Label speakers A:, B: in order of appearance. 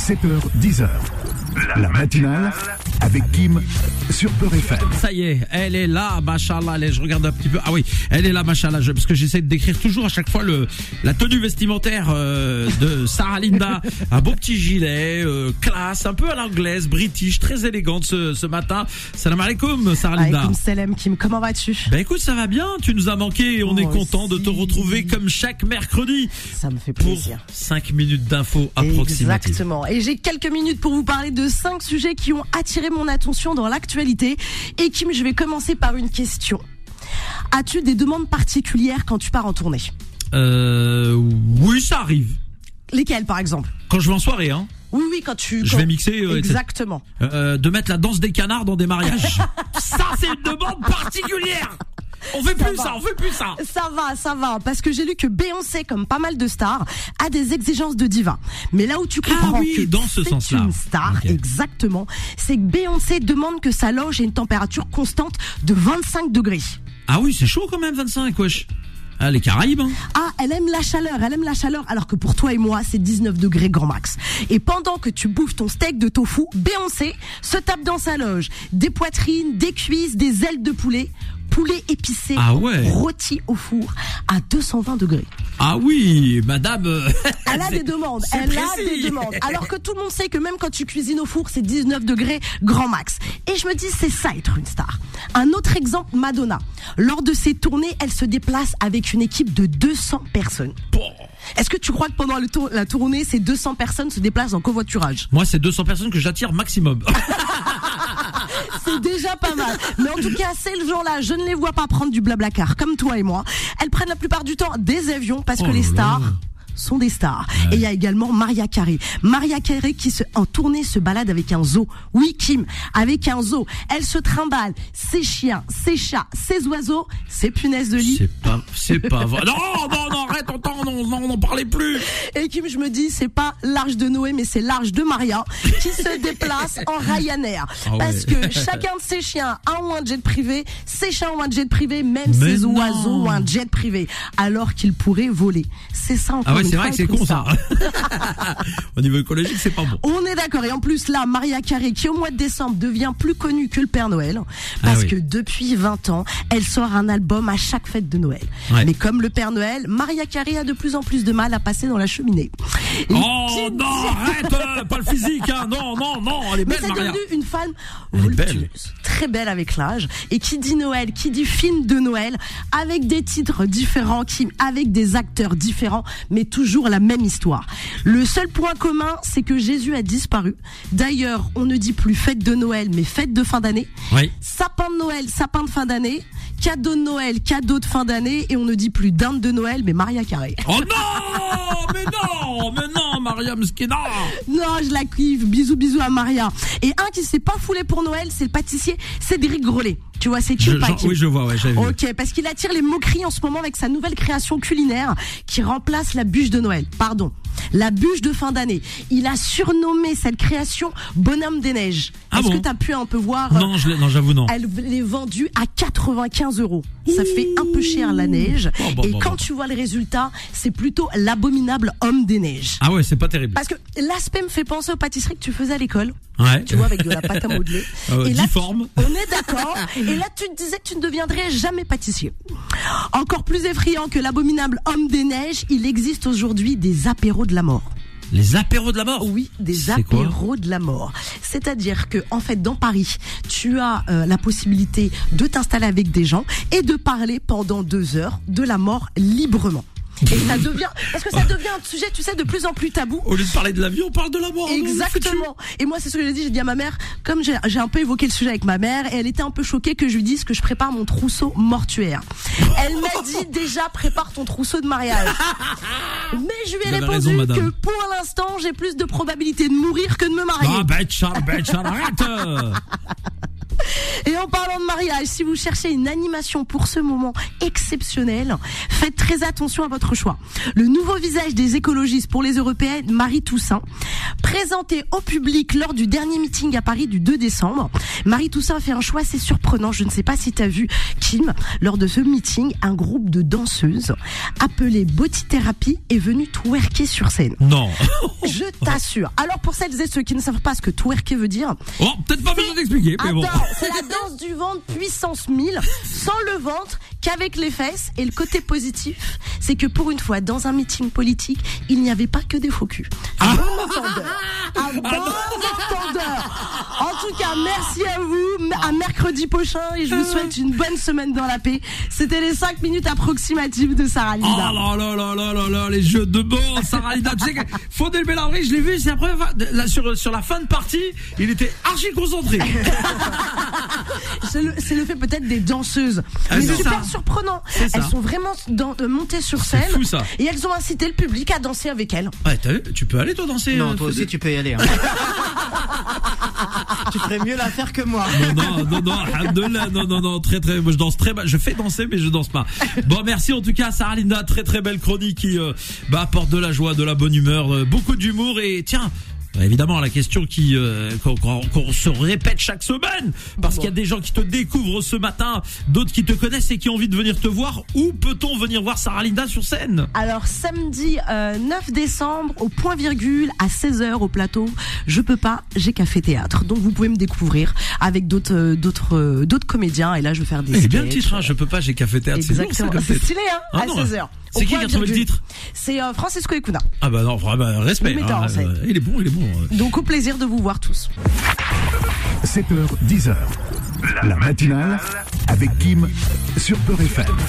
A: 7h, 10h. La matinale avec Kim sur Peur FM.
B: Ça y est, elle est là, machallah. Allez, je regarde un petit peu. Ah oui, elle est là, machallah. Je, parce que j'essaie de décrire toujours à chaque fois le la tenue vestimentaire euh, de Sarah Linda. un beau petit gilet, euh, classe, un peu à l'anglaise, british, très élégante ce, ce matin. Salam alaikum, Sarah Linda.
C: Alaykoum salam Kim, comment vas-tu
B: Ben écoute, ça va bien. Tu nous as manqué et on
C: Moi
B: est content de te
C: aussi.
B: retrouver comme chaque mercredi
C: Ça me fait
B: pour
C: plaisir.
B: 5 minutes d'infos approximatives.
C: Exactement. Et j'ai quelques minutes pour vous parler de cinq sujets qui ont attiré mon attention dans l'actualité. Et Kim, je vais commencer par une question. As-tu des demandes particulières quand tu pars en tournée
B: Euh, oui, ça arrive.
C: Lesquelles, par exemple
B: Quand je vais en soirée, hein.
C: Oui, oui, quand tu.
B: Je
C: quand-
B: vais mixer, euh, etc.
C: Exactement.
B: Euh, de mettre la danse des canards dans des mariages. ça, c'est une demande particulière. On fait
C: Ça
B: plus
C: va.
B: ça, on fait plus ça.
C: Ça va, ça va, parce que j'ai lu que Beyoncé, comme pas mal de stars, a des exigences de diva. Mais là où tu comprends
B: Ah oui,
C: que
B: dans ce
C: c'est
B: sens-là.
C: une star,
B: Ok.
C: exactement, c'est que Beyoncé demande que sa loge ait une température constante de 25 degrés.
B: Ah oui, c'est chaud quand même, 25, wesh. Ah, les Caraïbes, hein.
C: Ah, elle aime la chaleur, elle aime la chaleur, alors que pour toi et moi, c'est 19 degrés grand max. Et pendant que tu bouffes ton steak de tofu, Beyoncé se tape dans sa loge. Des poitrines, des cuisses, des ailes de poulet. Poulet épicé,
B: Ah ouais.
C: rôti au four à 220 degrés.
B: Ah oui, madame. euh,
C: Elle a des demandes,
B: c'est
C: elle a
B: précis.
C: des demandes. Alors que tout le monde sait que même quand tu cuisines au four, c'est 19 degrés grand max. Et je me dis, c'est ça être une star. Un autre exemple, Madonna. Lors de ses tournées, elle se déplace avec une équipe de 200 personnes.
B: bon.
C: Est-ce que tu crois que pendant le tour- la tournée, ces 200 personnes se déplacent en covoiturage
B: Moi, c'est 200 personnes que j'attire maximum.
C: Ah C'est déjà pas mal. Mais en tout cas, ces gens-là, je ne les vois pas prendre du blablacar comme toi et moi. Elles prennent la plupart du temps des avions parce que
B: Oh
C: les
B: là là.
C: stars sont des stars. Et il y a également Maria Carré. Maria Carré qui se, en tournée se balade avec un zoo. Oui, Kim, avec un zoo. Elle se trimballe ses chiens, ses chats, ses oiseaux, ses punaises de lit.
B: c'est pas, c'est pas vrai. Non, non, non, arrête, attends, non, non, on n'en parlait plus.
C: Et Kim, je me dis, c'est pas l'arche de Noé, mais c'est l'arche de Maria qui se déplace en Ryanair.
B: Ah ouais.
C: Parce que chacun de ces chiens a ou un jet privé, ces chiens ont un jet privé, même
B: Mais
C: ces
B: non.
C: oiseaux ont un jet privé, alors qu'ils pourraient voler. C'est ça encore
B: Ah ouais,
C: une
B: c'est vrai
C: fois,
B: que c'est
C: être
B: con,
C: une
B: ça.
C: star.
B: Au niveau écologique, c'est pas bon.
C: On est d'accord. Et en plus, là, Maria Carré, qui au mois de décembre devient plus connue que le Père Noël,
B: Ah
C: parce
B: oui.
C: que depuis 20 ans, elle sort un album à chaque fête de Noël.
B: Ouais.
C: Mais comme le Père Noël, Maria Carré a de plus en plus de mal à passer dans la cheminée. Et
B: Oh
C: qui
B: non, arrête, euh, pas le physique, hein. Non, non, non, elle est
C: Mais
B: belle,
C: c'est
B: Maria.
C: devenu une femme
B: Elle est belle.
C: voluptueuse, très belle avec l'âge. Et qui dit Noël, qui dit film de Noël, avec des titres différents, qui, avec des acteurs différents, mais toujours la même histoire. Le seul point commun, c'est que Jésus a disparu. D'ailleurs, on ne dit plus fête de Noël, mais fête de fin d'année.
B: Oui.
C: Sapin de Noël, sapin de fin d'année. Cadeau de Noël, cadeau de fin d'année. Et on ne dit plus dinde de Noël, mais Maria Carré.
B: Oh non Mais non Mais non, Maria Mskina
C: Non, je la kiffe. Bisous, bisous à Maria. Et un qui s'est pas foulé pour Noël, c'est le pâtissier Cédric Grolet. Tu vois, c'est qui ou pas qui
B: Oui, je vois, ouais, j'avais vu.
C: Ok, parce qu'il attire les moqueries en ce moment avec sa nouvelle création culinaire qui remplace la bûche de Noël. Pardon. La bûche de fin d'année. Il a surnommé cette création Bonhomme des Neiges.
B: Ah
C: Est-ce
B: bon
C: que t'as pu un peu voir euh,
B: Non, je l'ai- non, j'avoue, non.
C: elle l'est vendue à 95 euros. Ça fait un peu cher la neige.
B: Bon, bon,
C: Et
B: bon,
C: quand
B: bon.
C: tu vois le résultat, c'est plutôt l'abominable homme des neiges.
B: Ah ouais, c'est pas terrible.
C: Parce que l'aspect me fait penser aux pâtisseries que tu faisais à l'école.
B: Ouais.
C: Tu vois, avec de la pâte à modeler.
B: Ah ouais,
C: là, tu-
B: difforme.
C: on est d'accord. Et là, tu te disais que tu ne deviendrais jamais pâtissier. Encore plus effrayant que l'abominable homme des neiges, il existe aujourd'hui des apéros de la mort.
B: Les apéros de la mort
C: Oui, des
B: C'est quoi
C: apéros de la mort. C'est-à-dire que, en fait, dans Paris, tu as euh, la possibilité de t'installer avec des gens et de parler pendant deux heures de la mort librement. Et ça devient, parce que ça devient un sujet, tu sais, de plus en plus tabou.
B: Au lieu de parler de la vie, on parle de la mort. non,
C: Exactement. Et moi, c'est ce que j'ai dit. J'ai dit à ma mère, comme j'ai j'ai un peu évoqué le sujet avec ma mère, et elle était un peu choquée que je lui dise que je prépare mon trousseau mortuaire. Elle m'a dit déjà, prépare ton trousseau de mariage. Mais je lui
B: Vous
C: ai
B: avez
C: répondu
B: raison, madame.
C: que pour l'instant, j'ai plus de probabilité de mourir que de me
B: foutu. Ah,
C: marier.
B: bête, Charles, bête, Charles, arrête euh.
C: Et en parlant de mariage, si vous cherchez une animation pour ce moment exceptionnel, faites très attention à votre choix. Le nouveau visage des écologistes pour les européennes, Marie Toussaint, présentée au public lors du dernier meeting à Paris du 2 décembre, Marie Toussaint a fait un choix assez surprenant. Je ne sais pas si tu as vu, Kim, lors de ce meeting, un groupe de danseuses appelé Body Therapy est venu twerker sur scène.
B: Non.
C: Je t'assure. Alors pour celles et ceux qui ne savent pas ce que twerker veut dire,
B: Oh, peut-être pas besoin d'expliquer, mais
C: Attends,
B: bon.
C: c'est la danse du ventre puissance 1000, sans le ventre qu'avec les fesses. Et le côté positif, c'est que pour une fois, dans un meeting politique, il n'y avait pas que des faux culs.
B: Ah.
C: Un bon entendeur. Un bon entendeur. En tout cas, merci à vous. À mercredi prochain et je vous souhaite une bonne semaine dans la paix. C'était les 5 minutes approximatives de Sarah
B: Oh
C: Linda.
B: là là là là là là, les jeux de mots, Sarah Lina. Tu sais que Faudel Bellandry, je l'ai vu, c'est la première fois. de- là, sur, sur la fin de partie, il était archi concentré.
C: C'est le, c'est le fait peut-être des danseuses.
B: Ah,
C: Mais
B: c'est
C: super
B: ça.
C: surprenant.
B: C'est ça.
C: Elles sont vraiment dans- euh, montées sur scène.
B: fou, ça.
C: Et elles ont incité le public à danser avec elles.
B: Ouais, t'as vu, tu peux aller toi danser
D: Non,
B: euh,
D: toi aussi tu peux y aller. hein. tu ferais mieux la faire que moi.
B: Non, non, non, alhamdoulilah, non, non, non, très, très, moi, je danse très mal, je fais danser, mais je danse pas. Bon, merci en tout cas, Sarah Linda, très, très belle chronique qui, euh, bah, apporte de la joie, de la bonne humeur, euh, beaucoup d'humour et tiens, bah, Évidemment, la question qui euh, qu'on qu'on- qu'on se répète chaque semaine, parce qu'il y a des gens qui te découvrent ce matin, d'autres qui te connaissent et qui ont envie de venir te voir. Où peut-on venir voir Sarah Linda sur scène
C: Alors samedi euh, 9 décembre au point virgule à 16h au plateau, je peux pas, j'ai café théâtre. Donc vous pouvez me découvrir avec d'autres euh, d'autres euh, d'autres comédiens et là je vais faire des
B: C'est bien le
C: sketchs.
B: titre, hein, je peux pas, j'ai café théâtre. c'est lourd, ça,
C: Exactement,
B: comme
C: c'est
B: titre.
C: stylé hein
B: Ah
C: à
B: non,
C: 16h.
B: c'est qui qui a retrouvé le titre
C: C'est euh, Francisco Ecuna.
B: Ah bah non, vraiment, respect. hein, euh,
C: Le metteur en scène.
B: il est bon, il est bon.
C: Donc au plaisir de vous voir tous.
A: 7h, 10h. La matinale avec Kim sur Beurre FM.